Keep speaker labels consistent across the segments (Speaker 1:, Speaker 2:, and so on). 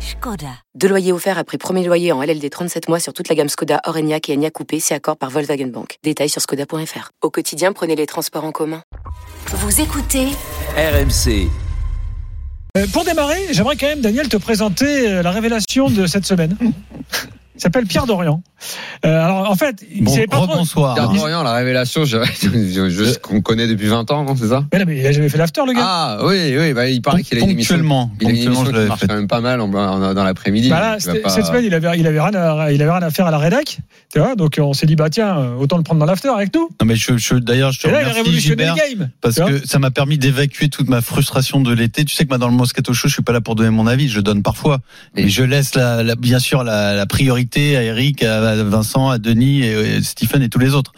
Speaker 1: Skoda. Deux loyers offerts après premier loyer en LLD 37 mois sur toute la gamme Skoda, Orenia et Enya Coupé, c'est accord par Volkswagen Bank. Détails sur skoda.fr. Au quotidien, prenez les transports en commun.
Speaker 2: Vous écoutez
Speaker 3: RMC.
Speaker 4: Euh, Pour démarrer, j'aimerais quand même, Daniel, te présenter euh, la révélation de cette semaine. Il s'appelle Pierre Dorian. Euh, alors, en fait, il
Speaker 5: Bon,
Speaker 4: savait pas trop.
Speaker 5: bonsoir.
Speaker 6: Pierre Dorian, la révélation, je, je- je- qu'on connaît depuis 20 ans, non, c'est ça
Speaker 4: Mais non, mais il a jamais fait l'after, le gars.
Speaker 6: Ah oui, oui, bah, il paraît qu'il a une émission.
Speaker 5: Ponctuellement,
Speaker 6: Il a une
Speaker 5: ponctuellement,
Speaker 6: émission
Speaker 5: je
Speaker 6: qui
Speaker 5: l'avais
Speaker 6: marche
Speaker 5: fait.
Speaker 6: quand même pas mal en- en- dans l'après-midi.
Speaker 4: Bah là,
Speaker 6: donc tu vas
Speaker 4: c'était-
Speaker 6: pas-
Speaker 4: cette semaine, il avait, il avait rien à, il avait rien à faire à la rédac. Tu vois, donc on s'est dit, bah tiens, euh, autant le prendre dans l'after avec nous.
Speaker 5: Non mais je, je- d'ailleurs, je te
Speaker 4: Et là, il a
Speaker 5: remercie
Speaker 4: révolutionné
Speaker 5: Gilbert
Speaker 4: le game.
Speaker 5: parce
Speaker 4: tu vois.
Speaker 5: que ça m'a permis d'évacuer toute ma frustration de l'été. Tu sais que moi, dans le Moscato Show, je suis pas là pour donner mon avis. Je donne parfois,
Speaker 6: Et-
Speaker 5: mais je laisse la, la- bien sûr la, la priorité à Eric, à Vincent, à Denis, et, et Stephen et tous les autres.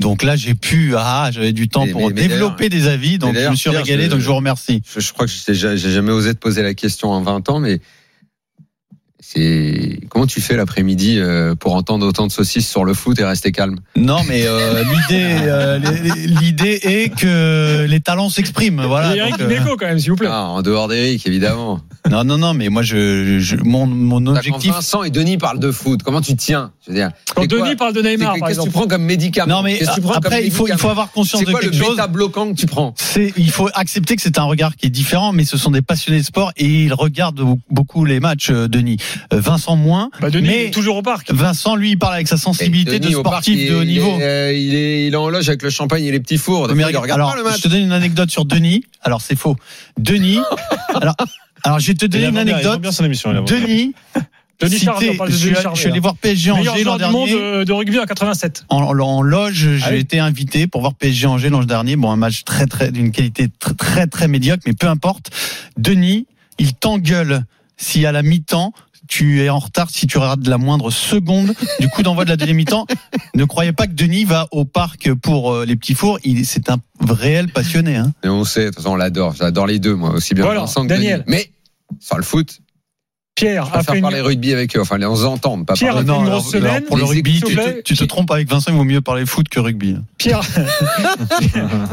Speaker 5: Donc là, j'ai pu, ah, j'avais du temps
Speaker 6: Mais-
Speaker 5: pour
Speaker 6: mais- mais
Speaker 5: développer des avis. Donc je
Speaker 6: d'ailleurs,
Speaker 5: me suis
Speaker 6: Pierre,
Speaker 5: régalé.
Speaker 6: je-
Speaker 5: Donc je vous remercie.
Speaker 6: Je, je crois que j'ai j'ai jamais osé te poser la question en 20 ans, mais c'est comment tu fais l'après-midi euh, pour entendre autant de saucisses sur le foot et rester calme
Speaker 5: Non, mais euh, l'idée, euh, les- l'idée est que les talents s'expriment. Voilà.
Speaker 4: Et Eric
Speaker 5: donc, euh,
Speaker 4: Dimeco, quand même, s'il vous plaît.
Speaker 6: Ah, En dehors d'Eric, évidemment.
Speaker 5: non, non, non. Mais moi, je, je- mon, mon
Speaker 6: T'as- Quand
Speaker 5: objectif.
Speaker 6: Vincent et Denis parlent de foot, comment tu tiens Je veux dire,
Speaker 4: Quand
Speaker 6: c'est quoi
Speaker 4: Denis parle de
Speaker 6: C'est
Speaker 4: Neymar,
Speaker 6: que-
Speaker 4: par
Speaker 6: Qu'est-ce que tu
Speaker 4: exemple.
Speaker 6: prends comme médicament
Speaker 5: Non, mais
Speaker 6: Qu'est-ce que tu prends comme
Speaker 5: après, il faut, il
Speaker 6: médicament
Speaker 5: faut avoir conscience
Speaker 6: C'est
Speaker 5: de
Speaker 6: quoi le
Speaker 5: quelque chose.
Speaker 6: méta bloquant que tu prends
Speaker 5: C'est, il faut accepter que c'est un regard qui est différent, mais ce sont des passionnés de sport et ils regardent beaucoup les matchs, euh, Denis. Euh, Vincent moins.
Speaker 4: Bah, Denis,
Speaker 5: Mais-
Speaker 4: il est toujours au parc.
Speaker 5: Vincent, lui, il parle avec sa sensibilité
Speaker 6: Et Denis
Speaker 5: de
Speaker 6: au parc,
Speaker 5: sportif
Speaker 6: il
Speaker 5: de
Speaker 6: est-
Speaker 5: haut niveau.
Speaker 6: Il est, il est- il est en loge avec le champagne et les petits fours. Des
Speaker 5: Mais
Speaker 6: fois, il
Speaker 5: regarde-
Speaker 6: regarde
Speaker 5: alors,
Speaker 6: pas le match.
Speaker 5: je te donne une anecdote sur Denis. Alors, c'est faux. Denis. alors, alors, je vais te donner une anecdote. Denis.
Speaker 4: Denis
Speaker 5: cité-
Speaker 4: Charvet, on parle de
Speaker 5: je, suis
Speaker 4: Denis
Speaker 5: allé-
Speaker 4: Charvet,
Speaker 5: je suis allé
Speaker 4: là.
Speaker 5: voir PSG
Speaker 4: Meilleur
Speaker 5: Angers l'an
Speaker 4: joueur du monde
Speaker 5: dernier.
Speaker 4: euh, de rugby en 87.
Speaker 5: En, en- en loge,
Speaker 4: Ah
Speaker 5: j'ai
Speaker 4: oui.
Speaker 5: été invité pour voir PSG Angers l'an dernier. Bon, un match très très d'une qualité très très très médiocre, mais peu importe. Denis, il t'engueule si à la mi-temps tu es en retard, si tu regardes la moindre seconde du coup d'envoi de la deuxième mi-temps. Ne croyez pas que Denis va au parc pour euh, les petits fours. Il c'est un réel passionné. Hein.
Speaker 6: Et on sait, de toute façon, on l'adore. J'adore les deux, moi, aussi bien
Speaker 4: Voilà,
Speaker 6: Vincent que
Speaker 4: Daniel.
Speaker 6: Denis. Mais sur le foot,
Speaker 4: Pierre a
Speaker 6: on va
Speaker 4: fait
Speaker 6: faire
Speaker 4: une-
Speaker 6: parler rugby avec eux. Enfin, on s'entend, pas
Speaker 5: Euh,
Speaker 4: Pierre,
Speaker 6: parler.
Speaker 4: une grosse semaine.
Speaker 5: pour le
Speaker 6: Les
Speaker 5: rugby,
Speaker 4: équipes,
Speaker 5: tu
Speaker 4: s'il vous
Speaker 5: te,
Speaker 4: plaît.
Speaker 5: tu te trompes avec Vincent. Il vaut mieux parler foot que rugby.
Speaker 4: Pierre,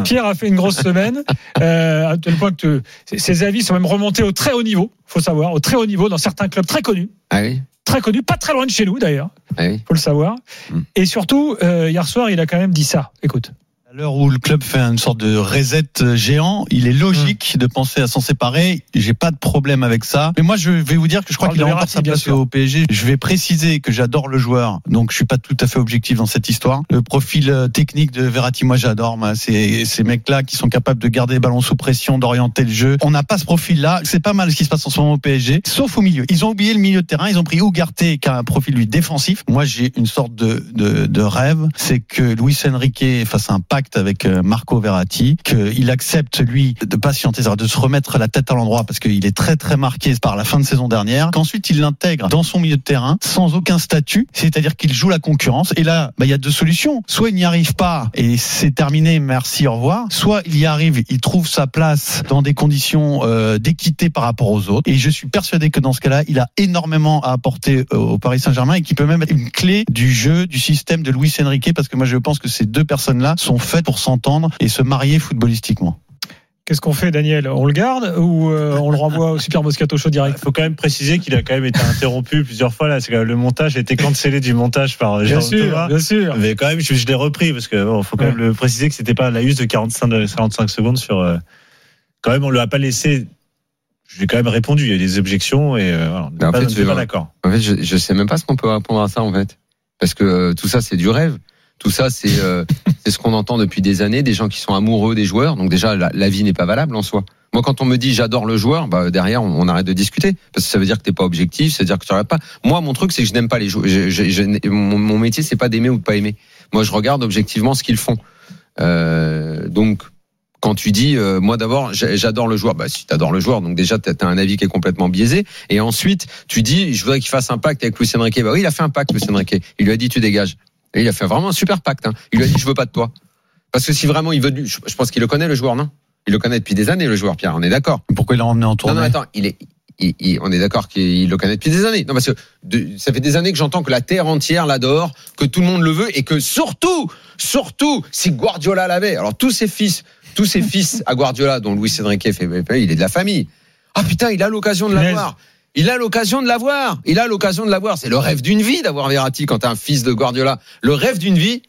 Speaker 4: Pierre a fait une grosse semaine, euh, à tel point que tu- ses avis sont même remontés au très haut niveau, faut savoir, au très haut niveau dans certains clubs très connus,
Speaker 6: Ah oui,
Speaker 4: très connus, pas très loin de chez nous d'ailleurs,
Speaker 6: ah oui.
Speaker 4: faut le savoir.
Speaker 6: Mm.
Speaker 4: Et surtout, euh, hier soir, il a quand même dit ça. Écoute,
Speaker 5: À l'heure où le club fait une sorte de reset euh, géant, il est
Speaker 4: Hmm.
Speaker 5: logique de penser à s'en séparer. J'ai pas de problème avec ça. Mais moi, je vais vous dire que je crois
Speaker 4: Parle
Speaker 5: qu'il a
Speaker 4: de
Speaker 5: encore
Speaker 4: Verratti,
Speaker 5: sa
Speaker 4: bien
Speaker 5: place
Speaker 4: sûr.
Speaker 5: au PSG. Je vais préciser que j'adore le joueur, donc je suis pas tout à fait objectif dans cette histoire. Le profil euh, technique de Verratti, moi, j'adore. moi. C'est ces mecs-là qui sont capables de garder les ballons sous pression, d'orienter le jeu. On n'a pas ce profil-là. C'est pas mal ce qui se passe en ce moment au PSG, sauf au milieu. Ils ont oublié le milieu de terrain. Ils ont pris Ougarté, qui a un profil lui défensif. Moi, j'ai une sorte de, de, de rêve, c'est que Luis Enrique fasse un pacte avec euh, Marco Verratti, qu'il accepte lui de patienter, c'est-à-dire de se remettre la tête à l'endroit parce qu'il est très très marqué par la fin de saison dernière. Qu'ensuite il l'intègre dans son milieu de terrain sans aucun statut, c'est-à-dire qu'il joue la concurrence. Et là, bah, il y a deux solutions. Soit il n'y arrive pas et c'est terminé, merci, au revoir. Soit il y arrive, il trouve sa place dans des conditions euh, d'équité par rapport aux autres. Et je suis persuadé que dans ce cas-là, il a énormément à apporter euh, au Paris Saint-Germain et qu'il peut même être une clé du jeu, du système de Luis Enrique, parce que moi je pense que ces deux personnes-là sont faites pour s'entendre et se marier footballistiquement.
Speaker 4: qu'est-ce qu'on fait, Daniel On le garde ou euh, on le renvoie au Super Moscato Show direct
Speaker 7: Il faut quand même préciser qu'il a quand même été interrompu plusieurs fois. Là, c'est quand même- le montage a été cancellé du montage par euh,
Speaker 4: Bien
Speaker 7: Jérôme
Speaker 4: sûr,
Speaker 7: Thomas.
Speaker 4: bien sûr.
Speaker 7: Mais quand même, je, je l'ai repris parce que bon, faut quand même le préciser que c'était pas la use de 45, de 45 secondes sur. euh, quand même, on l'a pas laissé. Je lui ai quand même répondu. Il y a eu des objections et euh, voilà, on
Speaker 6: Mais en
Speaker 7: n'est pas,
Speaker 6: fait,
Speaker 7: on
Speaker 6: tu
Speaker 7: n'est pas
Speaker 6: vois.
Speaker 7: d'accord.
Speaker 6: En fait, je, je sais même pas ce qu'on peut répondre à ça, en fait. Parce que euh, tout ça, c'est du rêve. Tout ça, c'est euh, c'est ce qu'on entend depuis des années, des gens qui sont amoureux des joueurs. Donc déjà, la, la vie n'est pas valable en soi. Moi, quand on me dit j'adore le joueur, bah, derrière, on, on arrête de discuter. Parce que ça veut dire que t'es pas objectif, ça veut dire que tu regardes pas. Moi, mon truc, c'est que je n'aime pas les joueurs. Je- je- je n'ai- mon, mon métier, c'est pas d'aimer ou de pas aimer. Moi, je regarde objectivement ce qu'ils font. Euh, donc, quand tu dis, euh, moi d'abord, j'a- j'adore le joueur, bah si t'adores le joueur, donc déjà, t'as t'as un avis qui est complètement biaisé. Et ensuite, tu dis, je voudrais qu'il fasse un pacte avec Lucien Riquet. Bah oui, il a fait un pacte, Lucien Riquet. Il lui a dit, tu dégages. Et il a fait vraiment un super pacte. hein. Il lui a dit, je veux pas de toi. Parce que si vraiment il veut, du- je je pense qu'il le connaît le joueur, non Il le connaît depuis des années le joueur, Pierre. On est d'accord.
Speaker 5: Pourquoi il l'a emmené en
Speaker 6: Non,
Speaker 5: tournée
Speaker 6: non, attends, il est, il- il- on est d'accord qu'il le connaît depuis des années. Non, parce que de- ça fait des années que j'entends que la terre entière l'adore, que tout le monde le veut et que surtout, surtout, si Guardiola l'avait, alors tous ses fils, tous ses fils à Guardiola, dont Luis Enrique fait, il est de la famille. Ah putain, il a l'occasion de
Speaker 4: Punaise.
Speaker 6: l'avoir. Il a l'occasion de l'avoir. Il a l'occasion de l'avoir. C'est le rêve d'une vie d'avoir Verratti quand t'as un fils de Guardiola. Le rêve d'une vie.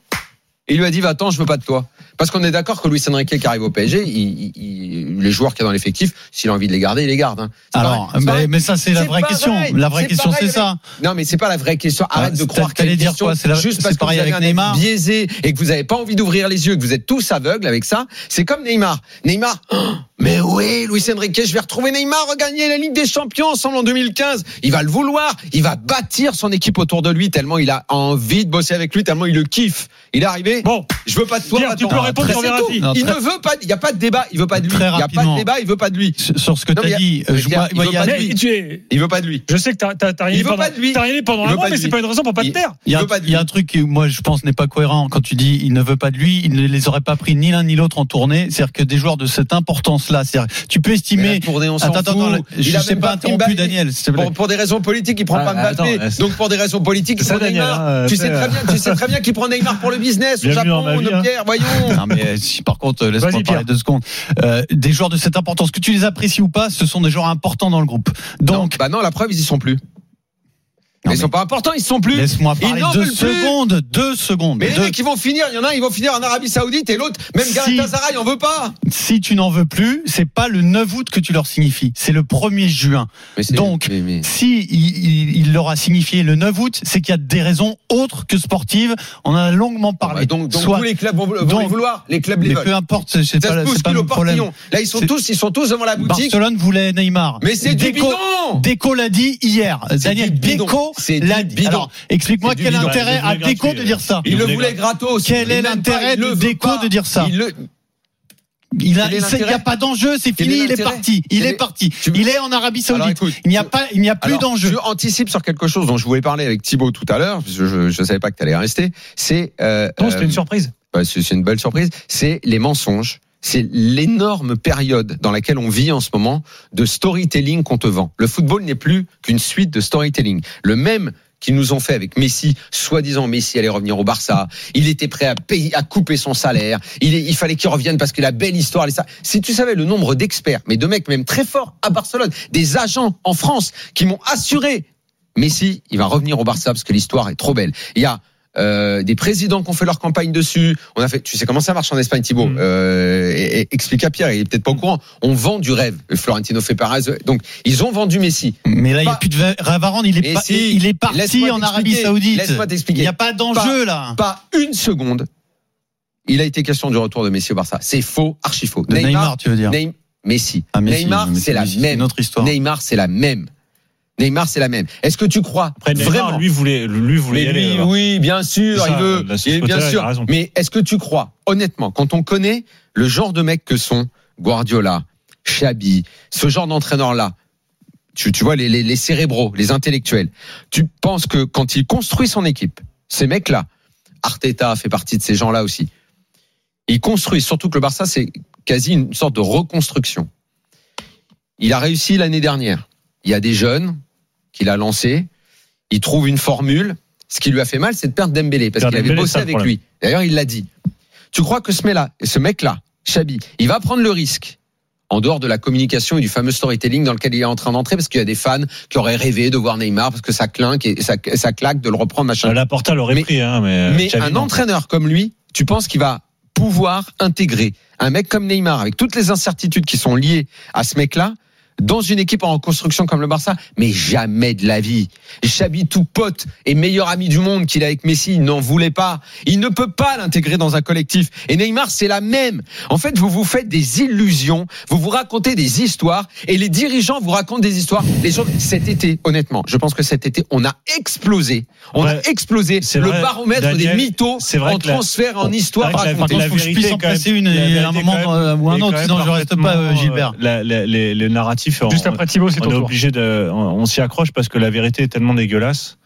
Speaker 6: Et il lui a dit, va-t'en, je veux pas de toi. Parce qu'on est d'accord que Luis Enrique qui arrive au PSG, il- il- il- les joueurs qu'il y a dans l'effectif, s'il a envie de les garder, il les garde. hein. C'est
Speaker 5: Alors,
Speaker 6: pareil. C'est
Speaker 5: bah,
Speaker 6: pareil.
Speaker 5: mais ça c'est la
Speaker 6: C'est
Speaker 5: vraie
Speaker 6: pareil.
Speaker 5: question. La vraie
Speaker 6: C'est
Speaker 5: question
Speaker 6: pareil,
Speaker 5: c'est ça.
Speaker 6: Non, mais c'est pas la vraie question. Arrête
Speaker 5: Ah,
Speaker 6: de croire
Speaker 5: t'allais
Speaker 6: qu'elle est
Speaker 5: dire
Speaker 6: question.
Speaker 5: quoi C'est la-
Speaker 6: Juste
Speaker 5: c'est
Speaker 6: parce que
Speaker 5: pareil
Speaker 6: vous avez
Speaker 5: avec
Speaker 6: un œil
Speaker 5: Neymar.
Speaker 6: biaisé et que vous n'avez pas envie d'ouvrir les yeux, que vous êtes tous aveugles avec ça. C'est comme Neymar. Neymar. oh, mais oui, Luis Enrique, je vais retrouver Neymar, regagner la Ligue des Champions ensemble en 2015. Il va le vouloir. Il va bâtir son équipe autour de lui tellement il a envie de bosser avec lui, tellement il le kiffe. Il est arrivé.
Speaker 4: Bon,
Speaker 6: Je veux pas de toi.
Speaker 4: Pierre, tu
Speaker 6: va-t'en.
Speaker 4: peux répondre
Speaker 6: C'est
Speaker 4: sur
Speaker 6: tout.
Speaker 4: Verratti.
Speaker 5: Non,
Speaker 6: Il
Speaker 5: très-
Speaker 6: ne veut pas. Il n'y a pas de débat. Il veut pas de lui.
Speaker 5: Très
Speaker 6: Il n'y a pas de
Speaker 5: rapidement.
Speaker 6: débat. Il veut pas de lui.
Speaker 5: Sur sur ce que
Speaker 6: Non, mais
Speaker 5: t'as
Speaker 6: il y
Speaker 5: dit,
Speaker 6: il
Speaker 5: euh, je
Speaker 6: veut
Speaker 5: vois-
Speaker 6: pas-
Speaker 5: moi,
Speaker 6: il
Speaker 5: il y a-
Speaker 6: veut pas
Speaker 4: mais tu es-
Speaker 6: Il veut pas de lui.
Speaker 4: je sais que t'as- t'as t'as rien
Speaker 6: Il
Speaker 4: dit
Speaker 6: veut
Speaker 4: pendant,
Speaker 6: pas de lui.
Speaker 4: t'as rien dit pendant
Speaker 6: Il
Speaker 4: un
Speaker 6: veut
Speaker 4: mois,
Speaker 6: pas
Speaker 4: mais
Speaker 6: de
Speaker 4: c'est
Speaker 6: lui.
Speaker 4: pas une raison pour pas te
Speaker 6: Il-
Speaker 4: taire.
Speaker 5: Il y, a,
Speaker 6: veut pas de
Speaker 5: il y a
Speaker 6: lui.
Speaker 5: un truc qui, moi, je pense, n'est pas cohérent. Quand tu dis il ne veut pas de lui, il ne les aurait pas pris ni l'un ni l'autre en tournée. C'est-à-dire que des joueurs de cette importance-là, c'est-à-dire, tu peux
Speaker 6: Mais
Speaker 5: estimer.
Speaker 6: la tournée, on s'en
Speaker 5: attends, attends,
Speaker 6: fout.
Speaker 5: attends,
Speaker 6: Il
Speaker 5: je
Speaker 6: a
Speaker 5: ne sais
Speaker 6: même
Speaker 5: pas
Speaker 6: pris
Speaker 5: interrompu,
Speaker 6: Mbappé.
Speaker 5: Daniel, s'il te plaît.
Speaker 6: Pour, pour des raisons politiques, il prend
Speaker 7: Ah,
Speaker 6: pas Mbappé.
Speaker 7: attends, c'est-
Speaker 6: Donc pour des raisons politiques, il
Speaker 7: C'est
Speaker 6: prend
Speaker 7: ça, Daniel,
Speaker 6: Neymar.
Speaker 7: hein,
Speaker 6: tu
Speaker 7: c'est-
Speaker 6: sais très bien, tu
Speaker 5: euh,
Speaker 6: sais très bien qu'il prend Neymar pour le business, au
Speaker 7: Bienvenue
Speaker 6: Japon,
Speaker 7: en ma vie,
Speaker 6: nos
Speaker 7: hein.
Speaker 6: pierres, voyons.
Speaker 5: Non, mais euh, si, par contre, laisse-moi
Speaker 4: Vas-y,
Speaker 5: parler
Speaker 4: Pierre.
Speaker 5: deux secondes. Euh, des joueurs de cette importance, que tu les apprécies ou pas, ce sont des joueurs importants dans le groupe.
Speaker 6: Non,
Speaker 5: Donc,
Speaker 6: bah non, la preuve, ils y sont plus.
Speaker 5: Non,
Speaker 6: ils sont pas importants, ils sont plus.
Speaker 5: laisse-moi
Speaker 6: Ils
Speaker 5: parler
Speaker 6: n'en
Speaker 5: deux
Speaker 6: veulent plus.
Speaker 5: secondes, deux secondes.
Speaker 6: Mais les
Speaker 5: Deux-
Speaker 6: mecs, ils vont finir, il y en a un, ils vont finir en Arabie Saoudite et l'autre, même
Speaker 5: Si.
Speaker 6: Galatasaray, on veut pas.
Speaker 5: Si tu n'en veux plus, c'est pas le 9 août que tu leur signifies, c'est le 1er juin. Donc, Si il, il- il leur a signifié le 9 août, c'est qu'il y a des raisons autres que sportives. On en a longuement
Speaker 6: Bon, bah,
Speaker 5: parlé.
Speaker 6: donc, donc
Speaker 5: Soit-
Speaker 6: tous les clubs vont, vont
Speaker 5: Donc,
Speaker 6: les vouloir, les clubs les
Speaker 5: mais
Speaker 6: veulent.
Speaker 5: peu importe, c'est- c'est
Speaker 6: Ça
Speaker 5: pas,
Speaker 6: se
Speaker 5: c'est pas
Speaker 6: bouscule
Speaker 5: le
Speaker 6: au
Speaker 5: problème.
Speaker 6: portillon. Là, ils sont
Speaker 5: C'est-
Speaker 6: tous, ils sont tous devant la boutique.
Speaker 5: Barcelone voulait Neymar.
Speaker 6: Mais c'est du
Speaker 5: Deco-
Speaker 6: bidon!
Speaker 5: Deco l'a dit hier. Daniel
Speaker 6: du bidon.
Speaker 5: Deco
Speaker 6: C'est du
Speaker 5: l'a dit.
Speaker 6: bidon.
Speaker 5: Alors, explique-moi
Speaker 7: C'est du
Speaker 5: quel
Speaker 7: bidon.
Speaker 5: intérêt
Speaker 7: Bah,
Speaker 5: à
Speaker 7: il devait
Speaker 5: Deco de
Speaker 7: gratuit,
Speaker 5: dire ça.
Speaker 6: Il
Speaker 7: Il
Speaker 6: le
Speaker 7: voulait
Speaker 6: voulait gratos.
Speaker 5: Quel est
Speaker 6: Il l'aime
Speaker 5: l'intérêt
Speaker 6: pas, il
Speaker 5: de
Speaker 6: le veut
Speaker 5: Deco
Speaker 6: pas.
Speaker 5: de dire ça
Speaker 6: Il le-
Speaker 5: Il a-
Speaker 6: quel est
Speaker 5: il sait- il n'y a
Speaker 6: l'intérêt
Speaker 5: pas d'enjeu, c'est
Speaker 6: Quel
Speaker 5: fini,
Speaker 6: est
Speaker 5: il est
Speaker 6: l'intérêt
Speaker 5: parti. Il
Speaker 6: Quel
Speaker 5: est
Speaker 6: est-
Speaker 5: parti.
Speaker 6: Tu-
Speaker 5: Il est en Arabie
Speaker 6: Alors,
Speaker 5: Saoudite.
Speaker 6: écoute,
Speaker 5: Il n'y a
Speaker 6: tu-
Speaker 5: pas, il n'y a plus
Speaker 6: Alors,
Speaker 5: d'enjeu.
Speaker 6: Je anticipe sur quelque chose dont je voulais parler avec Thibaut tout à l'heure, parce que je ne savais pas que tu allais rester. C'est euh,
Speaker 4: Non, c'était
Speaker 6: euh,
Speaker 4: une surprise.
Speaker 6: bah, c'est c'est une belle surprise. C'est les mensonges. C'est l'énorme période dans laquelle on vit en ce moment de storytelling qu'on te vend. Le football n'est plus qu'une suite de storytelling. Le même qu'ils nous ont fait avec Messi, soi-disant Messi allait revenir au Barça, il était prêt à payer, à couper son salaire, il, est- il fallait qu'il revienne parce que la belle histoire, les ça. Si tu savais le nombre d'experts, mais de mecs même très forts à Barcelone, des agents en France qui m'ont assuré, Messi, il va revenir au Barça parce que l'histoire est trop belle. Il y a euh, des présidents qui ont fait leur campagne dessus. On a fait, tu sais comment ça marche en Espagne, Thibaut
Speaker 4: Mm.
Speaker 6: Euh, et- et Explique à Pierre, il est peut-être pas au courant. On vend du rêve. Florentino fait pareil. Donc ils ont vendu Messi.
Speaker 5: Mais là, il n'y a
Speaker 6: Pas-
Speaker 5: plus de va- Varane, il est,
Speaker 6: Mais
Speaker 5: pas-
Speaker 6: si.
Speaker 5: il est
Speaker 6: Laisse-moi
Speaker 5: parti en
Speaker 6: t'expliquer.
Speaker 5: Arabie Saoudite.
Speaker 6: Laisse-moi
Speaker 5: Il n'y
Speaker 6: t'expliquer.
Speaker 5: a pas d'enjeu, là.
Speaker 6: Pas une seconde. Il a été question du retour de Messi au Barça. C'est faux, archi faux.
Speaker 5: De Neymar, tu veux dire.
Speaker 6: Neym- Messi.
Speaker 5: Ah, mais si,
Speaker 6: Neymar,
Speaker 5: mais
Speaker 6: c'est la
Speaker 5: Messi, C'est
Speaker 6: même.
Speaker 5: une autre histoire.
Speaker 6: Neymar, c'est la même. Neymar, c'est la même. Est-ce que tu crois
Speaker 7: Après, Neymar,
Speaker 6: vraiment
Speaker 7: lui voulait, lui voulait
Speaker 6: Mais
Speaker 7: y aller.
Speaker 6: lui,
Speaker 7: alors.
Speaker 6: oui, bien sûr,
Speaker 7: C'est
Speaker 6: il
Speaker 7: ça, bah,
Speaker 6: veut.
Speaker 7: là, sur
Speaker 6: il-
Speaker 7: ce
Speaker 6: bien
Speaker 7: côté-là, il
Speaker 6: sûr.
Speaker 7: a raison.
Speaker 6: Mais est-ce que tu crois, honnêtement, quand on connaît le genre de mecs que sont Guardiola, Xabi, ce genre d'entraîneur-là, tu, tu vois, les, les, les cérébraux, les intellectuels, tu penses que quand il construit son équipe, ces mecs-là, Arteta fait partie de ces gens-là aussi, il construit, surtout que le Barça, c'est quasi une sorte de reconstruction. Il a réussi l'année dernière. Il y a des jeunes qu'il a lancés, il trouve une formule. Ce qui lui a fait mal, c'est de perdre Dembélé, parce
Speaker 7: Perdre
Speaker 6: qu'il avait
Speaker 7: Dembélé,
Speaker 6: bossé
Speaker 7: c'est ça le
Speaker 6: avec
Speaker 7: problème.
Speaker 6: lui. D'ailleurs, il l'a dit. Tu crois que ce mec-là, ce mec-là, Chabi, il va prendre le risque en dehors de la communication et du fameux storytelling dans lequel il est en train d'entrer, parce qu'il y a des fans qui auraient rêvé de voir Neymar, parce que ça clinque et ça, ça claque de le reprendre, machin.
Speaker 7: Euh, Laporta l'aurait
Speaker 6: Mais-
Speaker 7: pris, hein, mais,
Speaker 6: Mais
Speaker 7: Xavi,
Speaker 6: un
Speaker 7: non.
Speaker 6: entraîneur comme lui, tu penses qu'il va pouvoir intégrer un mec comme Neymar avec toutes les incertitudes qui sont liées à ce mec-là dans une équipe en construction comme le Barça, mais jamais de la vie. Xabi, tout pote et meilleur ami du monde qu'il a avec Messi, il n'en voulait pas. Il ne peut pas l'intégrer dans un collectif. Et Neymar, c'est la même. En fait, vous vous faites des illusions, vous vous racontez des histoires, et les dirigeants vous racontent des histoires. Les gens, cet été, honnêtement, je pense que cet été, on a explosé. On
Speaker 7: Ouais.
Speaker 6: a explosé
Speaker 7: C'est
Speaker 6: le
Speaker 7: vrai,
Speaker 6: baromètre
Speaker 7: Daniel,
Speaker 6: des mythos
Speaker 7: c'est vrai
Speaker 6: en
Speaker 7: que la-
Speaker 6: transfert, en histoire.
Speaker 7: c'est vrai que la-
Speaker 6: raconté.
Speaker 5: Par contre,
Speaker 7: la
Speaker 5: faut que je
Speaker 7: vérité
Speaker 5: puisse en
Speaker 7: est quand même-
Speaker 5: placer une
Speaker 7: la
Speaker 5: et à un
Speaker 7: vérité
Speaker 5: moment
Speaker 7: est quand
Speaker 5: euh, ou
Speaker 7: Il
Speaker 5: un
Speaker 7: est quand
Speaker 5: autre,
Speaker 7: même
Speaker 5: sinon je reste pas,
Speaker 7: parfaitement,
Speaker 5: euh, Gilbert.
Speaker 7: euh, la- la- les- Le narratif,
Speaker 4: Juste
Speaker 7: on-
Speaker 4: après Thibaut, c'est
Speaker 7: on
Speaker 4: ton
Speaker 7: est
Speaker 4: tour.
Speaker 7: obligé de, on, on s'y accroche parce que la vérité est tellement dégueulasse,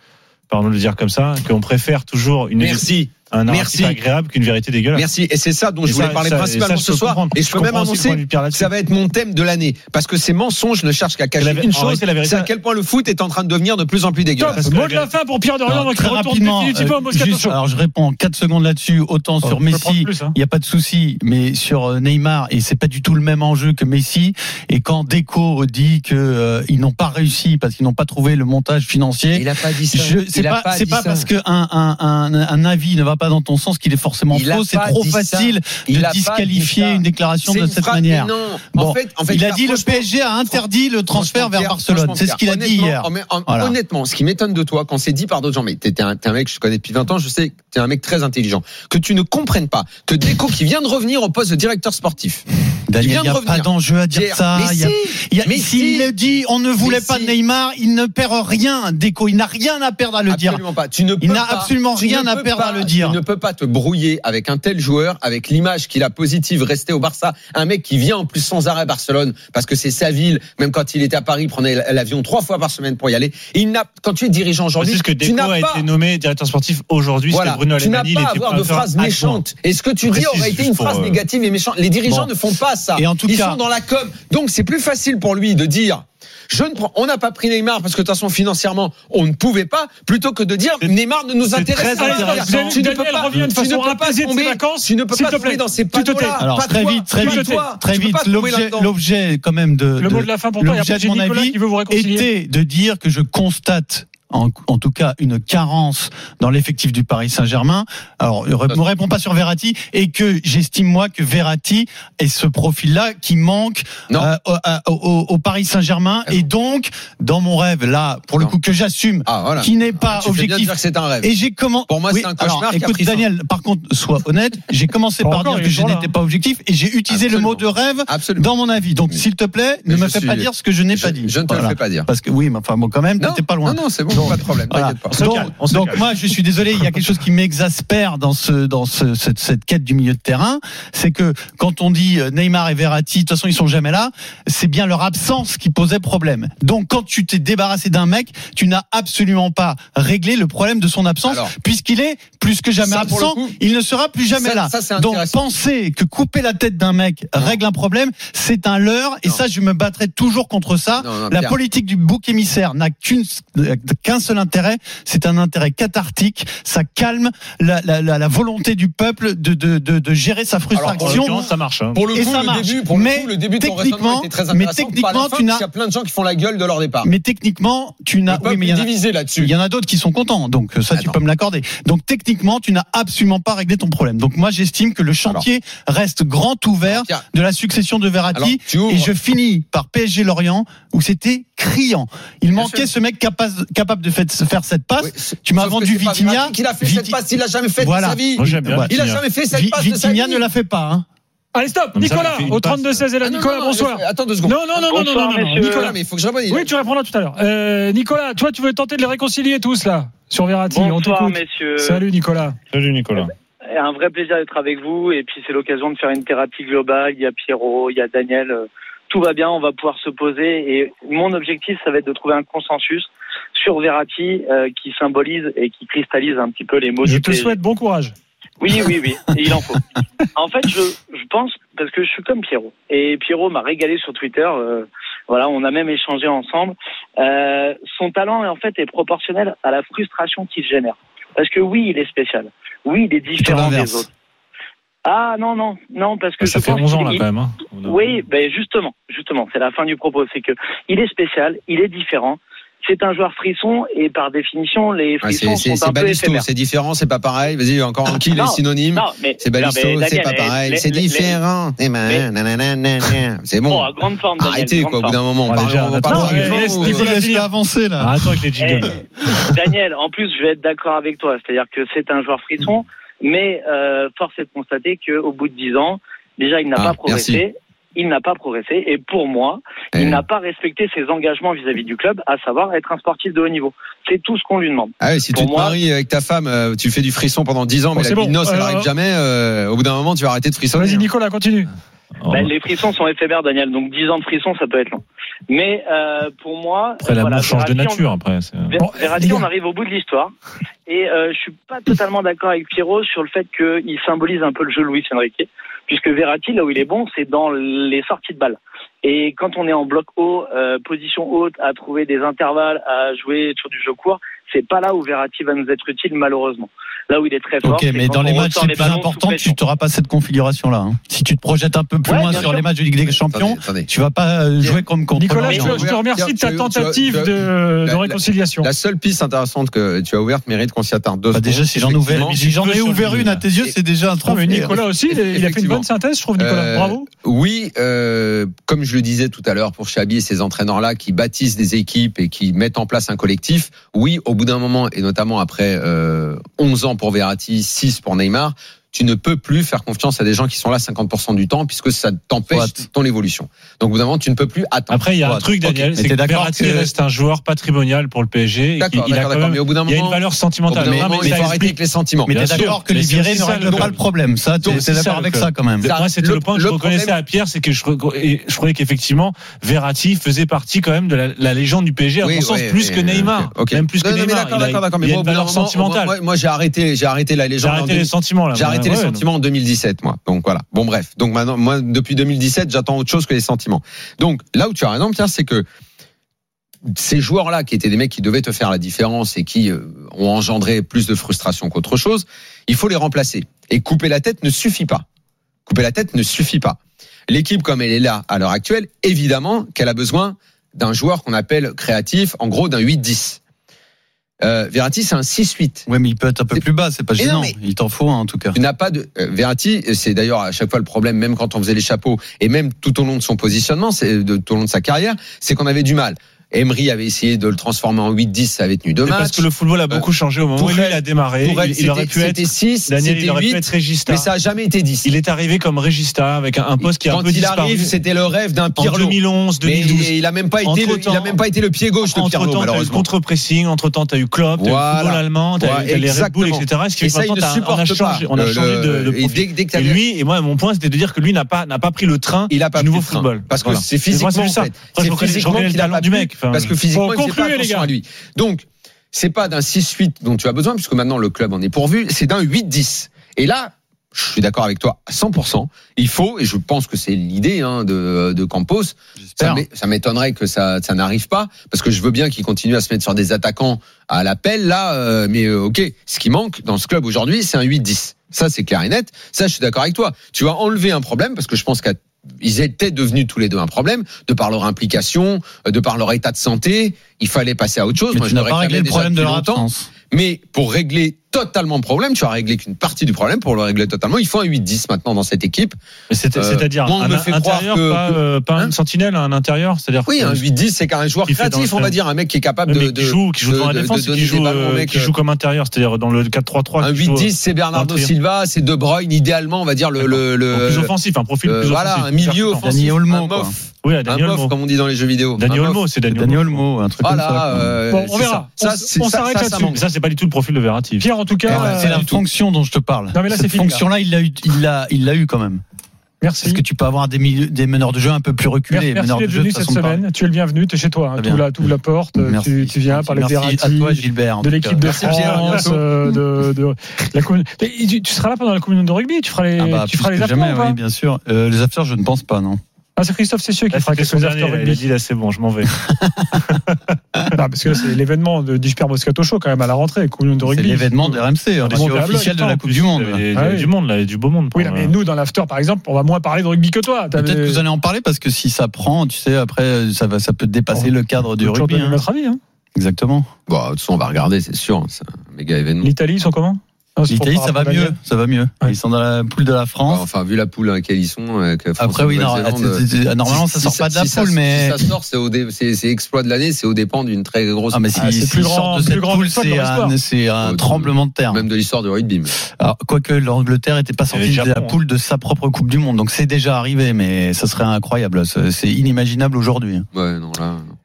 Speaker 7: pardon de le dire comme ça, qu'on préfère toujours une
Speaker 6: Merci.
Speaker 7: un narratif
Speaker 6: Merci.
Speaker 7: agréable qu'une vérité dégueulasse.
Speaker 6: Merci. Et c'est ça dont je
Speaker 7: Et
Speaker 6: voulais
Speaker 7: ça-
Speaker 6: parler
Speaker 7: ça-
Speaker 6: principalement
Speaker 7: ça, je
Speaker 6: ce
Speaker 7: peux
Speaker 6: soir.
Speaker 7: comprendre.
Speaker 6: Et je peux
Speaker 7: Je
Speaker 6: même
Speaker 7: comprends aussi
Speaker 6: annoncer
Speaker 7: le point de vue Pierre
Speaker 6: que
Speaker 7: là-dessus.
Speaker 6: ça va être mon thème de l'année. Parce que ces mensonges ne cherchent qu'à
Speaker 7: C'est
Speaker 6: cacher
Speaker 7: la-
Speaker 6: une
Speaker 7: en vrai,
Speaker 6: chose,
Speaker 7: c'est la vérité.
Speaker 6: c'est à quel point le foot est en train de devenir de plus en plus dégueulasse.
Speaker 7: Parce que
Speaker 4: Mot
Speaker 7: la
Speaker 4: de la
Speaker 7: vérité-
Speaker 4: fin pour Pierre Dorian,
Speaker 5: Alors,
Speaker 4: donc qui
Speaker 5: très
Speaker 4: retourne
Speaker 5: rapidement,
Speaker 4: définitivement
Speaker 5: euh,
Speaker 4: au Moscato
Speaker 5: juste,
Speaker 4: Show.
Speaker 5: alors je réponds 4 secondes là-dessus. Autant
Speaker 4: Oh,
Speaker 5: sur
Speaker 4: je peux prendre
Speaker 5: Messi,
Speaker 4: plus, hein.
Speaker 5: il n'y a pas de souci, mais sur euh, Neymar, et c'est pas du tout le même enjeu que Messi. Et quand Deco dit que euh, ils n'ont pas réussi parce qu'ils n'ont pas trouvé le montage financier,
Speaker 6: Il a pas dit ça.
Speaker 5: je c'est
Speaker 6: Il a
Speaker 5: pas, c'est
Speaker 6: dit
Speaker 5: pas
Speaker 6: ça.
Speaker 5: parce que un, un, un, un avis ne va pas dans ton sens qu'il est forcément
Speaker 6: Il a
Speaker 5: faux. C'est
Speaker 6: pas
Speaker 5: trop
Speaker 6: dit ça.
Speaker 5: facile
Speaker 6: Il
Speaker 5: de
Speaker 6: a pas dit ça.
Speaker 5: disqualifier une déclaration
Speaker 6: C'est
Speaker 5: de
Speaker 6: une
Speaker 5: cette
Speaker 6: phrase-
Speaker 5: manière.
Speaker 6: mais Non.
Speaker 5: Bon.
Speaker 6: En fait, en fait,
Speaker 5: il a
Speaker 6: ça,
Speaker 5: dit le
Speaker 6: franchement,
Speaker 5: PSG a interdit le transfert
Speaker 6: franchement,
Speaker 5: vers
Speaker 6: Pierre,
Speaker 5: Barcelone.
Speaker 6: franchement,
Speaker 5: C'est ce qu'il a dit
Speaker 6: honnêtement,
Speaker 5: hier.
Speaker 6: en- en-
Speaker 5: Voilà.
Speaker 6: Honnêtement, ce qui m'étonne de toi, quand c'est dit par d'autres gens, mais t'es t'es un, t'es un mec que je connais depuis 20 ans, je sais que t'es un mec très intelligent, que tu ne comprennes pas que Deco, qui vient de revenir au poste de directeur sportif,
Speaker 5: Daniel, il
Speaker 6: vient de
Speaker 5: n'y a
Speaker 6: revenir.
Speaker 5: pas d'enjeu à dire
Speaker 6: Pierre,
Speaker 5: ça.
Speaker 6: mais
Speaker 5: il y a-
Speaker 6: si,
Speaker 5: Il y a-
Speaker 6: mais si.
Speaker 5: S'il le dit, on ne voulait
Speaker 6: Mais
Speaker 5: pas
Speaker 6: si.
Speaker 5: de Neymar, il ne perd rien. Déco, il n'a rien à perdre à le dire.
Speaker 6: Absolument pas. Tu ne
Speaker 5: Il
Speaker 6: peux
Speaker 5: n'a
Speaker 6: pas-
Speaker 5: absolument
Speaker 6: tu ne
Speaker 5: rien à
Speaker 6: peux
Speaker 5: perdre à
Speaker 6: pas-
Speaker 5: le dire.
Speaker 6: Tu ne peux pas te brouiller avec un tel joueur, avec l'image qu'il a positive restée au Barça. Un mec qui vient en plus sans arrêt à Barcelone parce que c'est sa ville. Même quand il était à Paris, il prenait l'avion trois fois par semaine pour y aller. Il n'a, quand tu es dirigeant
Speaker 7: C'est
Speaker 6: aujourd'hui,
Speaker 7: juste que
Speaker 6: tu
Speaker 7: Deco
Speaker 6: n'as
Speaker 7: a
Speaker 6: pas.
Speaker 7: été nommé directeur sportif aujourd'hui.
Speaker 6: Voilà.
Speaker 7: C'était Bruno
Speaker 6: tu n'as
Speaker 7: Alemani.
Speaker 6: pas
Speaker 7: il
Speaker 6: à
Speaker 7: était
Speaker 6: avoir de
Speaker 7: professeur
Speaker 6: phrases
Speaker 7: adjoint.
Speaker 6: méchantes. Et ce que tu dis
Speaker 7: Précise,
Speaker 6: aurait été
Speaker 7: juste
Speaker 6: une
Speaker 7: pour,
Speaker 6: phrase
Speaker 7: euh,
Speaker 6: négative et méchante. Les dirigeants
Speaker 5: Bon.
Speaker 6: ne font pas ça.
Speaker 5: Et en tout
Speaker 6: Ils
Speaker 5: cas-
Speaker 6: sont dans la com. Donc c'est plus facile pour lui de dire. Je ne prends, on n'a pas pris Neymar parce que de toute façon financièrement on ne pouvait pas, plutôt que de dire
Speaker 7: C'est-
Speaker 6: Neymar ne nous
Speaker 7: c'est
Speaker 6: intéresse
Speaker 7: très
Speaker 6: pas.
Speaker 7: intéressant.
Speaker 6: C'est-à-dire, Tu ne
Speaker 4: Daniel
Speaker 6: peux pas,
Speaker 4: revient de
Speaker 6: tu ne
Speaker 4: façon
Speaker 6: peux pas
Speaker 4: apaisée de ses
Speaker 6: tomber-
Speaker 4: vacances.
Speaker 6: tu ne peux
Speaker 4: S'il
Speaker 6: pas
Speaker 4: te
Speaker 6: tomber
Speaker 4: plaît.
Speaker 6: dans ces
Speaker 4: S'il te
Speaker 6: panneaux-là.
Speaker 4: plaît.
Speaker 5: Alors,
Speaker 6: Pas
Speaker 5: très
Speaker 6: toi,
Speaker 5: vite, très
Speaker 6: pas
Speaker 5: vite,
Speaker 6: toi.
Speaker 5: très
Speaker 6: Tu peux
Speaker 5: vite.
Speaker 6: pas tomber
Speaker 5: L'objet,
Speaker 6: là-dedans.
Speaker 5: l'objet, quand même, de,
Speaker 4: Le mot
Speaker 5: de-
Speaker 4: de la fin pour toi, et
Speaker 5: l'objet
Speaker 4: après
Speaker 5: de
Speaker 4: j'ai
Speaker 5: mon
Speaker 4: Nicolas
Speaker 5: avis
Speaker 4: qui veut vous réconcilier.
Speaker 5: était de dire que je constate en, en tout cas une carence dans l'effectif du Paris Saint-Germain. Alors, ne me réponds pas sur Verratti et que j'estime moi que Verratti est ce profil-là qui manque
Speaker 6: Non.
Speaker 5: euh, au, à- au- au Paris Saint-Germain
Speaker 6: Ah
Speaker 5: et donc dans mon rêve là, pour le
Speaker 6: Non.
Speaker 5: coup que j'assume,
Speaker 6: Ah voilà.
Speaker 5: qui n'est pas
Speaker 6: Tu fais bien de
Speaker 5: objectif
Speaker 6: dire que c'est un rêve.
Speaker 5: et j'ai comment
Speaker 6: Ah Pour moi, c'est un cauchemar
Speaker 5: alors,
Speaker 6: qui a
Speaker 5: écoute,
Speaker 6: pris fin.
Speaker 5: Daniel, par contre, sois honnête. J'ai commencé
Speaker 4: Pas
Speaker 5: par
Speaker 4: encore,
Speaker 5: dire
Speaker 4: il
Speaker 5: que
Speaker 4: est
Speaker 5: je
Speaker 4: toujours là,
Speaker 5: n'étais
Speaker 4: hein.
Speaker 5: pas objectif et j'ai utilisé le
Speaker 6: Absolument.
Speaker 5: mot de rêve
Speaker 6: Absolument.
Speaker 5: dans mon avis. Donc,
Speaker 6: Oui.
Speaker 5: s'il te plaît,
Speaker 6: Mais
Speaker 5: ne me
Speaker 6: je
Speaker 5: fais
Speaker 6: suis-
Speaker 5: pas dire ce que je n'ai
Speaker 6: Je-
Speaker 5: pas dit.
Speaker 6: Je ne te le
Speaker 5: Voilà.
Speaker 6: fais pas dire.
Speaker 5: Parce que oui, mais enfin, bon, quand même,
Speaker 6: Non,
Speaker 5: t'étais pas loin.
Speaker 6: Non, non, c'est bon,
Speaker 5: Donc,
Speaker 6: pas de problème.
Speaker 5: Voilà.
Speaker 6: t'inquiète pas.
Speaker 7: se
Speaker 5: Donc,
Speaker 7: calme, on se
Speaker 5: donc
Speaker 7: calme.
Speaker 5: moi, je suis désolé, il y a quelque chose qui m'exaspère dans ce, dans ce, cette, cette quête du milieu de terrain, c'est que quand on dit euh, Neymar et Verratti, de toute façon, ils sont jamais là, c'est bien leur absence qui posait problème. Donc, quand tu t'es débarrassé d'un mec, tu n'as absolument pas réglé le problème de son absence,
Speaker 6: Alors.
Speaker 5: puisqu'il est plus que jamais
Speaker 6: Ça, pour le
Speaker 5: absent,
Speaker 6: coup,
Speaker 5: il ne sera plus jamais
Speaker 6: ça-
Speaker 5: là.
Speaker 6: ça, c'est
Speaker 5: donc,
Speaker 6: intéressant.
Speaker 5: penser que couper la tête d'un mec
Speaker 6: Non.
Speaker 5: règle un problème, c'est un leurre, et
Speaker 6: Non.
Speaker 5: ça, je me battrai toujours contre ça.
Speaker 6: Non, non,
Speaker 5: La
Speaker 6: Pierre.
Speaker 5: politique du bouc émissaire n'a qu'une- euh, qu'un seul intérêt, c'est un intérêt cathartique. Ça calme la, la- la- la volonté du peuple de, de- de- de gérer sa
Speaker 7: En
Speaker 5: frustration.
Speaker 7: l'occurrence, ça marche. hein.
Speaker 6: Pour le coup,
Speaker 5: Et ça
Speaker 6: le
Speaker 5: marche.
Speaker 6: début, pour le
Speaker 5: Mais
Speaker 6: coup, le début de ton raisonnement
Speaker 5: techniquement-
Speaker 6: était très
Speaker 5: mais
Speaker 6: intéressant.
Speaker 5: techniquement,
Speaker 6: Pas à la fin,
Speaker 5: tu n'as-
Speaker 6: parce qu'il y a plein de gens qui font la gueule de leur départ.
Speaker 5: mais techniquement, tu
Speaker 6: ah. Le
Speaker 5: n'as.
Speaker 6: peuple
Speaker 5: oui, mais il y
Speaker 6: est
Speaker 5: en a-
Speaker 6: divisé
Speaker 5: il
Speaker 6: là-dessus.
Speaker 5: y en a d'autres qui sont contents, donc euh, ça tu
Speaker 6: Attends.
Speaker 5: peux me l'accorder. Donc techniquement, tu n'as absolument pas réglé ton problème. Donc moi j'estime que le chantier reste grand ouvert
Speaker 6: Pierre.
Speaker 5: de la succession de Verratti
Speaker 6: Ah, Alors, tu ouvres.
Speaker 5: Et je finis par PSG Lorient où c'était criant. Il
Speaker 6: Bien
Speaker 5: manquait
Speaker 6: sûr.
Speaker 5: ce mec capable, capable de fait- se faire cette passe.
Speaker 6: Oui, c'est-
Speaker 5: Tu m'as
Speaker 6: sauf que
Speaker 5: vendu
Speaker 6: c'est pas
Speaker 5: Vitinha.
Speaker 6: Verratti qui l'a fait
Speaker 5: Viti-
Speaker 6: cette passe, il l'a jamais fait
Speaker 5: Voilà.
Speaker 6: de sa vie.
Speaker 7: Moi, j'aime bien.
Speaker 5: Voilà.
Speaker 6: Il a
Speaker 7: Vitinha.
Speaker 6: jamais fait cette
Speaker 5: Vi-
Speaker 6: passe de sa vie.
Speaker 5: Vitinha ne la fait pas. Hein.
Speaker 4: Allez, stop.
Speaker 7: Comme ça,
Speaker 4: Nicolas,
Speaker 7: on fait une
Speaker 4: au
Speaker 7: passe.
Speaker 4: 32-16, et là,
Speaker 6: Ah, non,
Speaker 4: Nicolas,
Speaker 6: non, non,
Speaker 4: bonsoir.
Speaker 6: je- Attends deux secondes.
Speaker 4: Non, non, non, non, non,
Speaker 2: Bonsoir,
Speaker 4: non, non,
Speaker 2: messieurs.
Speaker 4: Nicolas.
Speaker 6: mais il faut que je réponde.
Speaker 4: Oui, tu répondras tout à l'heure. Euh, Nicolas, toi, tu veux tenter de les réconcilier tous, là, sur Verratti. On
Speaker 2: Bonsoir,
Speaker 4: t'écoute.
Speaker 2: messieurs.
Speaker 4: Salut, Nicolas.
Speaker 7: Salut Nicolas.
Speaker 2: Un vrai plaisir d'être avec vous. Et puis, c'est l'occasion de faire une thérapie globale. Il y a Pierrot, il y a Daniel. Euh, Tout va bien, on va pouvoir se poser. Et mon objectif, ça va être de trouver un consensus sur Verratti euh, qui symbolise et qui cristallise un petit peu les mots
Speaker 4: Je
Speaker 2: du
Speaker 4: te
Speaker 2: PSG.
Speaker 4: souhaite bon courage.
Speaker 2: Oui, oui, oui, et il en faut. En fait, je, je pense, parce que je suis comme Pierrot, et Pierrot m'a régalé sur Twitter, euh, voilà, on a même échangé ensemble. Euh, son talent, en fait, est proportionnel à la frustration qu'il génère. Parce que oui, il est spécial. Oui, il est différent
Speaker 5: l'inverse.
Speaker 2: des autres. Ah non, non, non, parce que
Speaker 7: Ah, Ça
Speaker 2: je
Speaker 7: fait
Speaker 2: pense
Speaker 7: 11 ans
Speaker 2: qu'il-
Speaker 7: là
Speaker 2: il-
Speaker 7: quand même. hein.
Speaker 2: Euh, oui, ben justement, justement, c'est la fin du propos. C'est que il est spécial, il est différent. C'est un joueur frisson et par définition, les
Speaker 6: Ah,
Speaker 2: frissons
Speaker 6: c'est- C'est
Speaker 2: sont un
Speaker 6: c'est
Speaker 2: peu
Speaker 6: Balisto,
Speaker 2: éphémères.
Speaker 6: c'est différent, c'est pas pareil. Vas-y, encore un qui les
Speaker 2: Non,
Speaker 6: synonymes.
Speaker 2: Non, mais
Speaker 6: C'est
Speaker 2: non,
Speaker 6: Balisto,
Speaker 2: mais
Speaker 6: c'est pas
Speaker 2: Daniel, les-
Speaker 6: pareil. C'est
Speaker 2: les- les-
Speaker 6: différent. Eh ben,
Speaker 2: les-
Speaker 6: nananana. C'est
Speaker 2: Bon,
Speaker 6: bon.
Speaker 2: à grande forme, Daniel.
Speaker 6: Arrêtez,
Speaker 2: grande
Speaker 6: quoi, au bout
Speaker 2: forme.
Speaker 6: d'un moment.
Speaker 7: Ah,
Speaker 6: Parlons-
Speaker 7: déjà,
Speaker 6: on va
Speaker 7: attends,
Speaker 6: parler
Speaker 4: mais
Speaker 6: des gens,
Speaker 4: laisse
Speaker 6: ou-
Speaker 4: Nicolas.
Speaker 5: Nicolas,
Speaker 4: finir.
Speaker 5: laisse-le avancer là.
Speaker 7: Ah, attends avec les jingles.
Speaker 2: Eh, Daniel, en plus, je vais être d'accord avec toi. C'est-à-dire que c'est un joueur frisson,
Speaker 6: Mm.
Speaker 2: mais euh, force est de constater qu'au bout de 10 ans, déjà, il n'a
Speaker 6: Ah,
Speaker 2: pas progressé.
Speaker 6: merci.
Speaker 2: Il n'a pas progressé. Et pour moi,
Speaker 6: Eh,
Speaker 2: il n'a pas respecté ses engagements vis-à-vis du club, à savoir être un sportif de haut niveau. C'est tout ce qu'on lui demande.
Speaker 6: Ah oui, si
Speaker 2: Pour
Speaker 6: tu te
Speaker 2: moi-
Speaker 6: maries avec ta femme, euh, tu fais du frisson pendant 10 ans,
Speaker 4: Bon,
Speaker 6: mais
Speaker 4: c'est
Speaker 6: la
Speaker 4: bon.
Speaker 6: vie de noces, elle
Speaker 4: Euh,
Speaker 6: arrive jamais. euh, Au bout d'un moment, tu vas arrêter de frissonner.
Speaker 4: Vas-y,
Speaker 6: hein.
Speaker 4: Nicolas, continue.
Speaker 7: Oh.
Speaker 2: Ben, les frissons sont éphémères, Daniel. Donc 10 ans de frissons, ça peut être long. Mais euh, pour moi,
Speaker 7: Après, l'amour
Speaker 2: voilà,
Speaker 7: change de
Speaker 2: Verratti, on-
Speaker 7: nature. Après, c'est- euh.
Speaker 2: Ver-
Speaker 4: Bon,
Speaker 2: Verratti,
Speaker 4: les gars.
Speaker 2: on arrive au bout de l'histoire. Et euh, je suis pas totalement d'accord avec Pierrot sur le fait qu'il symbolise un peu le jeu Luis Enrique, puisque Verratti, là où il est bon, c'est dans les sorties de balles. Et quand on est en bloc haut, euh, position haute, à trouver des intervalles, à jouer sur du jeu court, c'est pas là où Verratti va nous être utile, malheureusement. Là où il est très fort.
Speaker 5: Ok,
Speaker 2: c'est
Speaker 5: mais
Speaker 2: quand
Speaker 5: dans les
Speaker 2: on
Speaker 5: matchs
Speaker 2: ressort
Speaker 5: les plus
Speaker 2: ballons sous
Speaker 5: importants, tu
Speaker 2: pression.
Speaker 5: n'auras pas cette configuration-là. hein. Si tu te projettes un peu plus
Speaker 2: Ouais,
Speaker 5: loin
Speaker 2: bien
Speaker 5: sur
Speaker 2: sûr.
Speaker 5: les matchs de Ligue des Champions,
Speaker 6: Attendez, attendez.
Speaker 5: tu vas pas euh, jouer comme contre
Speaker 4: Nicolas, je,
Speaker 5: l'Orient.
Speaker 4: je te remercie de ta
Speaker 6: Tu- tu-
Speaker 4: tentative
Speaker 6: tu-
Speaker 4: de,
Speaker 6: la-
Speaker 4: de
Speaker 6: la-
Speaker 4: réconciliation.
Speaker 6: La seule piste intéressante que tu as ouverte mérite qu'on s'y attarde deux
Speaker 5: Bah, déjà,
Speaker 6: secondes.
Speaker 5: si j'en ouvrais-
Speaker 6: Effectivement,
Speaker 5: si j'en ai
Speaker 6: effectivement.
Speaker 5: ouvert une à tes yeux, c'est déjà un
Speaker 4: Ah, mais
Speaker 5: trophée.
Speaker 4: Nicolas aussi, il, a- il a fait une bonne synthèse, je trouve, Nicolas.
Speaker 6: Euh,
Speaker 4: Bravo.
Speaker 6: Oui, euh, comme je le disais tout à l'heure pour Xabi et ces entraîneurs-là qui bâtissent des équipes et qui mettent en place un collectif, oui, au bout d'un moment, et notamment après euh, 11 ans pour Verratti, 6 pour Neymar, tu ne peux plus faire confiance à des gens qui sont là 50% du temps puisque ça t'empêche
Speaker 5: Soit.
Speaker 6: ton évolution. Donc au bout d'un moment, tu ne peux plus attendre.
Speaker 7: Après, il y a un
Speaker 6: Ok,
Speaker 7: truc, Daniel,
Speaker 5: mais
Speaker 7: c'est
Speaker 5: t'es
Speaker 7: que
Speaker 5: d'accord
Speaker 7: Verratti
Speaker 5: que-
Speaker 7: reste un joueur patrimonial pour le PSG. Et qu'il-
Speaker 6: D'accord,
Speaker 7: il a
Speaker 6: d'accord,
Speaker 7: quand
Speaker 6: d'accord.
Speaker 7: même-
Speaker 6: Mais au bout d'un
Speaker 7: il y a une
Speaker 6: moment,
Speaker 7: valeur
Speaker 6: au bout
Speaker 7: sentimentale.
Speaker 6: d'un
Speaker 7: Non,
Speaker 6: moment,
Speaker 7: mais
Speaker 6: il
Speaker 7: ça
Speaker 6: faut arrêter
Speaker 7: explique.
Speaker 6: avec les sentiments.
Speaker 5: Mais
Speaker 7: Bien
Speaker 5: t'es
Speaker 7: sûr,
Speaker 5: d'accord que
Speaker 7: mais
Speaker 5: les
Speaker 7: c'est
Speaker 5: virés
Speaker 7: aussi
Speaker 5: ne
Speaker 7: ça,
Speaker 5: règlent
Speaker 7: le-
Speaker 5: pas le problème. Ça,
Speaker 6: Donc,
Speaker 5: t'es
Speaker 6: c'est
Speaker 5: t'es
Speaker 6: ça,
Speaker 5: d'accord avec
Speaker 7: le-
Speaker 5: ça quand même.
Speaker 6: Ça,
Speaker 7: Moi, c'était
Speaker 6: le-
Speaker 7: le, point que
Speaker 6: le
Speaker 7: je reconnaissais
Speaker 6: problème-
Speaker 7: à Pierre, c'est que je, recro- et je trouvais qu'effectivement, Verratti faisait partie quand même de la, la légende du PSG, à
Speaker 6: Oui,
Speaker 7: mon sens,
Speaker 6: ouais,
Speaker 7: plus
Speaker 6: ouais,
Speaker 7: que
Speaker 6: ouais,
Speaker 7: Neymar.
Speaker 6: ok, ok.
Speaker 7: Même plus
Speaker 6: Non,
Speaker 7: que
Speaker 6: non, mais
Speaker 7: Neymar.
Speaker 6: d'accord,
Speaker 7: Il a-
Speaker 6: d'accord, d'accord.
Speaker 7: il
Speaker 6: Mais
Speaker 7: y a
Speaker 6: moi, au
Speaker 7: une
Speaker 6: bout d'un
Speaker 7: valeur
Speaker 6: moment,
Speaker 7: sentimentale.
Speaker 6: Moi, moi, j'ai arrêté, j'ai arrêté la
Speaker 7: J'ai
Speaker 6: légende. en
Speaker 7: arrêté
Speaker 6: 2000.
Speaker 7: les sentiments, là.
Speaker 6: J'ai arrêté
Speaker 7: Ouais,
Speaker 6: les
Speaker 7: ouais,
Speaker 6: sentiments en 2017, moi. Donc voilà. Bon, bref. Donc maintenant, moi, depuis 2017, j'attends autre chose que les sentiments. Donc là où tu as raison, Pierre, c'est que ces joueurs-là, qui étaient des mecs qui devaient te faire la différence et qui euh, ont engendré plus de frustration qu'autre chose, il faut les remplacer. Et couper la tête ne suffit pas. Couper la tête ne suffit pas. L'équipe, comme elle est là à l'heure actuelle, évidemment qu'elle a besoin d'un joueur qu'on appelle créatif, en gros d'un 8-10. Euh, Verratti, c'est un 6-8.
Speaker 5: Ouais, mais il peut être un peu
Speaker 6: C'est-
Speaker 5: plus bas, c'est pas
Speaker 6: Mais
Speaker 5: gênant.
Speaker 6: non, mais-
Speaker 5: Il t'en faut un, en tout cas.
Speaker 6: Tu n'as pas de euh, Verratti, c'est d'ailleurs à chaque fois le problème, même quand on faisait les chapeaux et même tout au long de son positionnement, c'est euh, de tout au long de sa carrière, c'est qu'on avait du mal. Emery avait essayé de le transformer en 8-10, ça avait tenu deux
Speaker 7: Mais Parce
Speaker 6: matchs.
Speaker 7: que le football a beaucoup changé au moment où
Speaker 6: Tourelle-
Speaker 7: lui, il a démarré.
Speaker 6: euh, Pour elle,
Speaker 7: il, il aurait pu être,
Speaker 6: c'était 6,
Speaker 7: Daniel,
Speaker 6: c'était
Speaker 7: il aurait pu
Speaker 6: 8,
Speaker 7: être Regista.
Speaker 6: mais ça a jamais été 10.
Speaker 7: Il est arrivé comme Regista avec un, un poste qui a
Speaker 6: Quand
Speaker 7: un peu
Speaker 6: il
Speaker 7: disparu.
Speaker 6: arrive, c'était le rêve d'un
Speaker 7: en
Speaker 6: Pirlo.
Speaker 7: 2011,
Speaker 6: Mais
Speaker 7: 2012.
Speaker 6: il a même pas été, le, il a
Speaker 7: Entre-temps-
Speaker 6: même pas été le pied gauche de
Speaker 7: Entre
Speaker 6: Pirlo,
Speaker 7: temps, t'as eu le
Speaker 6: malheureusement.
Speaker 7: contre-pressing, entre temps, t'as eu Klopp, t'as
Speaker 6: Voilà.
Speaker 7: eu le football allemand, t'as
Speaker 6: Voilà,
Speaker 7: eu t'as les Red Bull,
Speaker 6: exactement.
Speaker 7: etc. Ce qui
Speaker 6: Et
Speaker 7: fait
Speaker 6: ça,
Speaker 7: que
Speaker 6: il ne
Speaker 7: maintenant, t'as- on a
Speaker 6: supporte pas. Euh,
Speaker 7: changé, on a
Speaker 6: Le-
Speaker 7: changé de, de
Speaker 6: et
Speaker 7: profil.
Speaker 6: dès- dès que t'as
Speaker 7: Et
Speaker 6: vu-
Speaker 7: lui, et moi, mon point, c'était de dire que lui n'a pas, n'a pas pris le train
Speaker 6: il a pas
Speaker 7: Hein du nouveau
Speaker 6: pris le train.
Speaker 7: football.
Speaker 6: Parce que
Speaker 7: Voilà.
Speaker 6: c'est
Speaker 7: moi,
Speaker 6: physiquement
Speaker 7: c'est
Speaker 6: en
Speaker 7: ça.
Speaker 6: fait.
Speaker 4: Après, je
Speaker 6: C'est
Speaker 4: reconnais- je
Speaker 6: physiquement
Speaker 4: reconnais le
Speaker 6: qu'il a
Speaker 4: talent
Speaker 6: pas
Speaker 4: du
Speaker 6: pu,
Speaker 4: mec. Enfin,
Speaker 6: parce que physiquement
Speaker 4: Bon,
Speaker 6: il faisait pas
Speaker 4: concluez, les
Speaker 6: attention
Speaker 4: gars.
Speaker 6: à lui. Donc c'est pas d'un 6-8 dont tu as besoin puisque maintenant le club en est pourvu, c'est d'un 8-10. Et là je suis d'accord avec toi à 100%. Il faut, et je pense que c'est l'idée hein, de, de Campos, ça m'é- ça m'étonnerait que ça, ça n'arrive pas, parce que je veux bien qu'il continue à se mettre sur des attaquants à l'appel, là, euh, mais euh, ok, ce qui manque dans ce club aujourd'hui, c'est un 8-10. Ça, c'est clair et net. Ça, je suis d'accord avec toi. Tu vas enlever un problème, parce que je pense qu'ils étaient devenus tous les deux un problème, de par leur implication, euh, de par leur état de santé. Il fallait passer à autre chose.
Speaker 5: Mais
Speaker 6: Moi,
Speaker 5: tu
Speaker 6: je
Speaker 5: n'as
Speaker 6: le
Speaker 5: pas réglé
Speaker 6: réclamais
Speaker 5: le problème
Speaker 6: déjà
Speaker 5: de
Speaker 6: depuis
Speaker 5: leur
Speaker 6: longtemps.
Speaker 5: absence.
Speaker 6: Mais pour régler totalement le problème, tu as réglé qu'une partie du problème. Pour le régler totalement, il faut un 8-10 maintenant dans cette équipe.
Speaker 7: Mais c'est-
Speaker 6: Euh,
Speaker 7: C'est-à-dire
Speaker 6: moi, on
Speaker 7: un
Speaker 6: me fait croire
Speaker 7: intérieur,
Speaker 6: que-
Speaker 7: pas, euh, pas
Speaker 6: Hein
Speaker 7: une sentinelle, un intérieur. C'est-à-dire
Speaker 6: Oui,
Speaker 7: que-
Speaker 6: un 8-10, c'est qu'un joueur
Speaker 7: Qui fait dans
Speaker 6: créatif,
Speaker 7: le-
Speaker 6: on va dire, un mec qui est capable
Speaker 7: Ouais,
Speaker 6: de,
Speaker 7: mais qui joue, qui joue
Speaker 6: de-
Speaker 7: devant la
Speaker 6: de-
Speaker 7: défense,
Speaker 6: de
Speaker 7: qui
Speaker 6: donner
Speaker 7: joue,
Speaker 6: des ballons au
Speaker 7: euh,
Speaker 6: mec,
Speaker 7: qui
Speaker 6: euh,
Speaker 7: joue comme intérieur, c'est-à-dire dans le 4-3-3.
Speaker 6: un
Speaker 7: qui joue,
Speaker 6: 8-10, c'est Bernardo
Speaker 7: un trio.
Speaker 6: Silva, c'est De Bruyne idéalement, on va dire le, le,
Speaker 7: euh,
Speaker 6: le-
Speaker 7: plus offensif, un profil
Speaker 6: euh,
Speaker 7: plus
Speaker 6: voilà,
Speaker 7: offensif.
Speaker 6: un milieu
Speaker 7: Percutant.
Speaker 6: offensif,
Speaker 5: Dani Olmo,
Speaker 6: un
Speaker 5: quoi.
Speaker 6: mof,
Speaker 7: Oui, à
Speaker 6: un
Speaker 7: Daniel
Speaker 6: mof,
Speaker 7: Olmo.
Speaker 6: comme on dit dans les jeux vidéo.
Speaker 7: Daniel
Speaker 6: un mof.
Speaker 7: Olmo, c'est Daniel Olmo.
Speaker 5: Daniel Olmo, un truc comme ça.
Speaker 6: Voilà,
Speaker 5: quoi.
Speaker 6: euh,
Speaker 4: Bon, on
Speaker 6: c'est
Speaker 4: verra.
Speaker 6: ça.
Speaker 4: On
Speaker 6: Ça,
Speaker 4: s-
Speaker 6: c'est-
Speaker 4: on
Speaker 6: ça,
Speaker 4: s'arrête
Speaker 6: ça, ça
Speaker 4: là-dessus.
Speaker 6: manque.
Speaker 7: Ça, c'est pas du tout le profil de Verratti.
Speaker 4: Pierre, en tout cas,
Speaker 6: Ouais,
Speaker 5: C'est
Speaker 4: euh,
Speaker 5: la fonction dont je te parle.
Speaker 4: Non, mais là, c'est
Speaker 5: Cette
Speaker 4: fini, là.
Speaker 5: fonction-là, il l'a eu- il l'a, il l'a eu quand même.
Speaker 4: merci.
Speaker 5: Parce que tu peux avoir des, milieux- des meneurs de jeu un peu plus
Speaker 4: Merci
Speaker 5: reculés.
Speaker 4: merci
Speaker 5: meneurs de
Speaker 4: d'être
Speaker 5: jeu, de
Speaker 4: venu cette
Speaker 5: façon de parler.
Speaker 4: semaine. Tu es le bienvenu, t'es chez toi. hein.
Speaker 5: Très
Speaker 4: Tu ouvres
Speaker 5: bien.
Speaker 4: la- tu ouvres la porte, euh,
Speaker 5: Merci.
Speaker 4: tu, tu viens parler de
Speaker 5: Merci à
Speaker 4: Verratti,
Speaker 5: toi, Gilbert. en
Speaker 4: de
Speaker 5: tout
Speaker 4: l'équipe
Speaker 5: cas.
Speaker 4: de
Speaker 5: Merci, Pierre, à
Speaker 4: France,
Speaker 5: bientôt.
Speaker 4: euh, de, de la commune. Mais tu, tu seras là pendant la commune de rugby, tu feras les,
Speaker 5: Ah bah,
Speaker 4: tu
Speaker 5: plus
Speaker 4: feras les
Speaker 5: que
Speaker 4: after
Speaker 5: jamais,
Speaker 4: ou pas
Speaker 5: oui, bien sûr. Euh, les afters, je ne pense pas, non.
Speaker 4: Ah, c'est Christophe Cessieux qui
Speaker 7: Là,
Speaker 4: fera
Speaker 7: c'était
Speaker 4: quelques
Speaker 7: son
Speaker 4: after
Speaker 7: dernier, là, Il a
Speaker 4: rugby.
Speaker 7: dit là, c'est bon, je m'en vais.
Speaker 4: Non, parce que là, c'est l'événement de- du Super Moscato Show quand même à la rentrée, commune de
Speaker 5: C'est
Speaker 4: rugby.
Speaker 5: l'événement de RMC, hein,
Speaker 4: des
Speaker 5: c'est
Speaker 4: mondiaux
Speaker 5: officiel de
Speaker 4: à
Speaker 5: la
Speaker 4: bloc,
Speaker 5: Coupe du Monde.
Speaker 7: Il y avait- il y
Speaker 4: Ah
Speaker 7: avait
Speaker 4: oui.
Speaker 7: euh, du monde, là, il y avait du beau monde. euh,
Speaker 4: Oui, là, mais nous, dans l'after, par exemple, on va moins parler de rugby que toi. T'avais-
Speaker 5: Peut-être que vous allez en parler parce que si ça prend, tu sais, après, ça, va, ça peut dépasser
Speaker 4: Oh.
Speaker 5: le cadre
Speaker 4: Tu
Speaker 5: du
Speaker 4: leur
Speaker 5: rugby.
Speaker 4: donnes
Speaker 5: hein.
Speaker 4: notre avis. hein.
Speaker 5: Exactement.
Speaker 6: Bon, de toute façon, on va regarder, c'est sûr. hein, C'est un méga événement.
Speaker 4: L'Italie, ils sont comment Non, c'est
Speaker 5: L'Italie,
Speaker 4: pour
Speaker 5: ça va
Speaker 4: rapport à
Speaker 5: mieux.
Speaker 4: Daniel.
Speaker 5: Ça va mieux.
Speaker 4: Ouais.
Speaker 5: Ils sont dans la poule de la
Speaker 6: Bah,
Speaker 5: France.
Speaker 6: Enfin, vu la poule à laquelle ils sont, avec France
Speaker 5: Après, oui,
Speaker 6: et
Speaker 5: non, ah,
Speaker 6: Nouvelle-Zélande,
Speaker 5: c'est- c'est- normalement, ça
Speaker 6: si
Speaker 5: sort pas de la
Speaker 6: si ça-
Speaker 5: poule, mais.
Speaker 6: Si ça sort, c'est au dé- c'est c'est exploit de l'année, c'est au dépend d'une très grosse.
Speaker 5: Ah, mais si,
Speaker 4: Ah, c'est
Speaker 5: si
Speaker 4: plus
Speaker 5: ils sortent
Speaker 4: grand-
Speaker 5: de
Speaker 4: plus
Speaker 5: cette
Speaker 4: grand
Speaker 5: poule,
Speaker 4: exploit
Speaker 5: c'est
Speaker 4: dans l'histoire.
Speaker 5: un, c'est un
Speaker 6: Euh,
Speaker 5: tremblement de terre.
Speaker 6: Même de l'histoire du rugby. mais-
Speaker 5: Alors, quoique l'Angleterre était pas
Speaker 7: Il y avait
Speaker 5: sortie de
Speaker 7: le
Speaker 5: la
Speaker 7: Japon, hein.
Speaker 5: poule de sa propre Coupe du Monde, donc c'est déjà arrivé, mais ça serait incroyable. C'est c'est inimaginable aujourd'hui.
Speaker 6: Ouais, non, là. non.